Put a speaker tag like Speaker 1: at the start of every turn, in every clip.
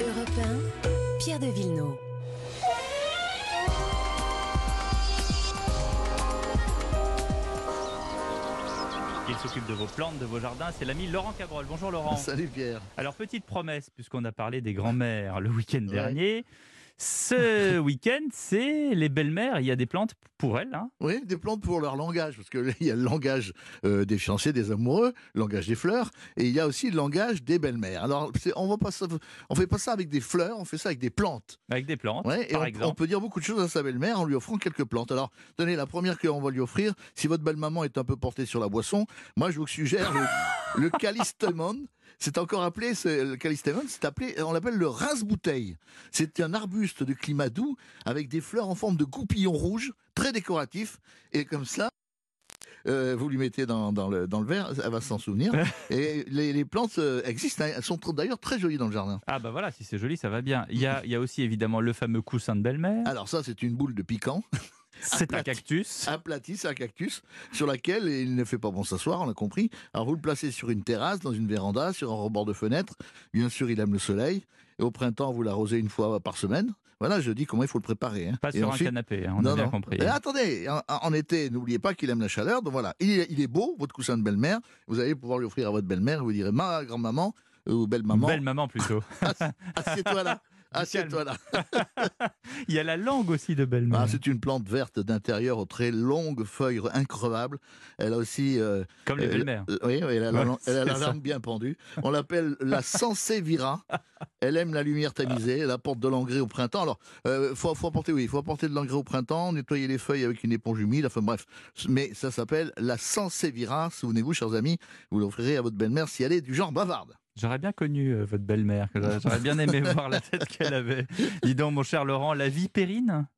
Speaker 1: Europe 1, Pierre de Villeneuve.
Speaker 2: Il s'occupe de vos plantes, de vos jardins. C'est l'ami Laurent Cabrol. Bonjour Laurent.
Speaker 3: Salut Pierre.
Speaker 2: Alors, petite promesse, puisqu'on a parlé des grands-mères le week-end dernier. Ce week-end, c'est les belles-mères. Il y a des plantes pour elles. hein.
Speaker 3: Oui, des plantes pour leur langage, parce que il y a le langage euh, des fiancés, des amoureux, le langage des fleurs, et il y a aussi le langage des belles-mères. Alors, c'est- on va pas, ça- on fait pas ça avec des fleurs, on fait ça avec des plantes.
Speaker 2: Avec des plantes,
Speaker 3: Ouais, et
Speaker 2: par
Speaker 3: on, on
Speaker 2: exemple.
Speaker 3: peut dire beaucoup de choses à sa belle-mère en lui offrant quelques plantes. Alors, tenez, la première qu'on va lui offrir, si votre belle-maman est un peu portée sur la boisson, moi je vous suggère le, le calistemon. C'est encore appelé, c'est- le calistemon, c'est appelé, on l'appelle le rince-bouteille. C'est un arbuste de climat doux avec des fleurs en forme de goupillon rouge, très décoratif, et comme ça. euh, vous lui mettez dans, dans le, dans le verre, elle va s'en souvenir. Et les, les plantes euh, existent, hein, elles sont tr- d'ailleurs très jolies dans le jardin.
Speaker 2: Ah bah voilà, si c'est joli, ça va bien. Il y a, il y a aussi évidemment le fameux coussin de belle-mère.
Speaker 3: Alors ça, c'est une boule de piquant.
Speaker 2: C'est
Speaker 3: ah,
Speaker 2: un cactus.
Speaker 3: aplati, c'est un cactus, sur laquelle il ne fait pas bon s'asseoir, on l'a compris. Alors vous le placez sur une terrasse, dans une véranda, sur un rebord de fenêtre. Bien sûr, il aime le soleil. Et au printemps, vous l'arrosez une fois par semaine. Voilà, je dis comment il faut le préparer. hein.
Speaker 2: Pas
Speaker 3: Et
Speaker 2: sur
Speaker 3: ensuite-
Speaker 2: un canapé, hein, on a
Speaker 3: Non, Ah,
Speaker 2: bien
Speaker 3: non.
Speaker 2: compris.
Speaker 3: Et attendez, en, en été, n'oubliez pas qu'il aime la chaleur. Donc voilà, il, est- il est beau, votre coussin de belle-mère. Vous allez pouvoir l'offrir à votre belle-mère. et Vous direz, ma grand-maman euh, ou belle-maman,
Speaker 2: Belle maman plutôt.
Speaker 3: assieds-toi là. Assieds-toi là.
Speaker 2: Il y a la langue aussi de belle-mère.
Speaker 3: Ah, c'est une plante verte d'intérieur aux très longues feuilles increvables. Elle a aussi euh,
Speaker 2: Comme les
Speaker 3: Euh,
Speaker 2: belles-mères.
Speaker 3: euh, Oui, oui, elle a la,
Speaker 2: Ouais,
Speaker 3: lan- elle a la
Speaker 2: c'est ça.
Speaker 3: langue bien pendue. On l'appelle la sansevira. Elle aime la lumière tamisée, elle apporte de l'engrais au printemps. Alors, euh, faut, faut apporter, oui, faut apporter de l'engrais au printemps, nettoyer les feuilles avec une éponge humide, enfin bref. Mais ça s'appelle la sansevira. Souvenez-vous, chers amis, vous l'offrirez à votre belle-mère si elle est du genre bavarde.
Speaker 2: J'aurais bien connu euh, votre belle-mère. que J'aurais j'aurais bien aimé voir la tête qu'elle avait. Dis donc, mon cher Laurent, la vipérine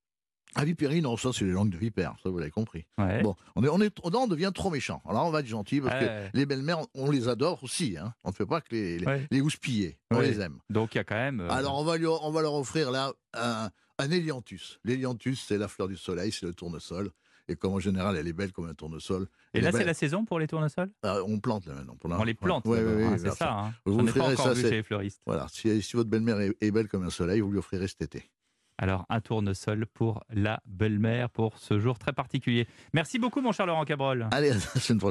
Speaker 3: Ah, vipérine, non, ça c'est les langues de vipère, ça vous l'avez compris.
Speaker 2: Ouais.
Speaker 3: Bon, on, est, on, est, on devient trop méchant. Alors on va être gentil parce
Speaker 2: Ouais.
Speaker 3: que les belles-mères, on les adore aussi. hein. On ne fait pas que les, les,
Speaker 2: Ouais.
Speaker 3: les houspiller, on
Speaker 2: Ouais.
Speaker 3: les aime.
Speaker 2: Donc il y a quand même. euh,
Speaker 3: Alors on va, lui- on va leur offrir là un, un hélianthus. L'hélianthus, c'est la fleur du soleil, c'est le tournesol. Et comme en général, elle est belle comme un tournesol.
Speaker 2: et là,
Speaker 3: les
Speaker 2: c'est
Speaker 3: belles-
Speaker 2: la saison pour les tournesols
Speaker 3: Ah, on plante là maintenant.
Speaker 2: On les plante,
Speaker 3: Oui,
Speaker 2: d'abord,
Speaker 3: oui,
Speaker 2: hein,
Speaker 3: oui.
Speaker 2: c'est ça. hein.
Speaker 3: Vous
Speaker 2: J'en ai pas
Speaker 3: offrirez
Speaker 2: encore
Speaker 3: ça,
Speaker 2: vu
Speaker 3: c'est-
Speaker 2: chez les fleuristes.
Speaker 3: Voilà, si, si votre belle-mère est, est belle comme un soleil, vous lui offrirez cet été.
Speaker 2: Alors, un tournesol pour la belle-mère pour ce jour très particulier. Merci beaucoup, mon cher Laurent Cabrol.
Speaker 3: Allez, à la semaine prochaine.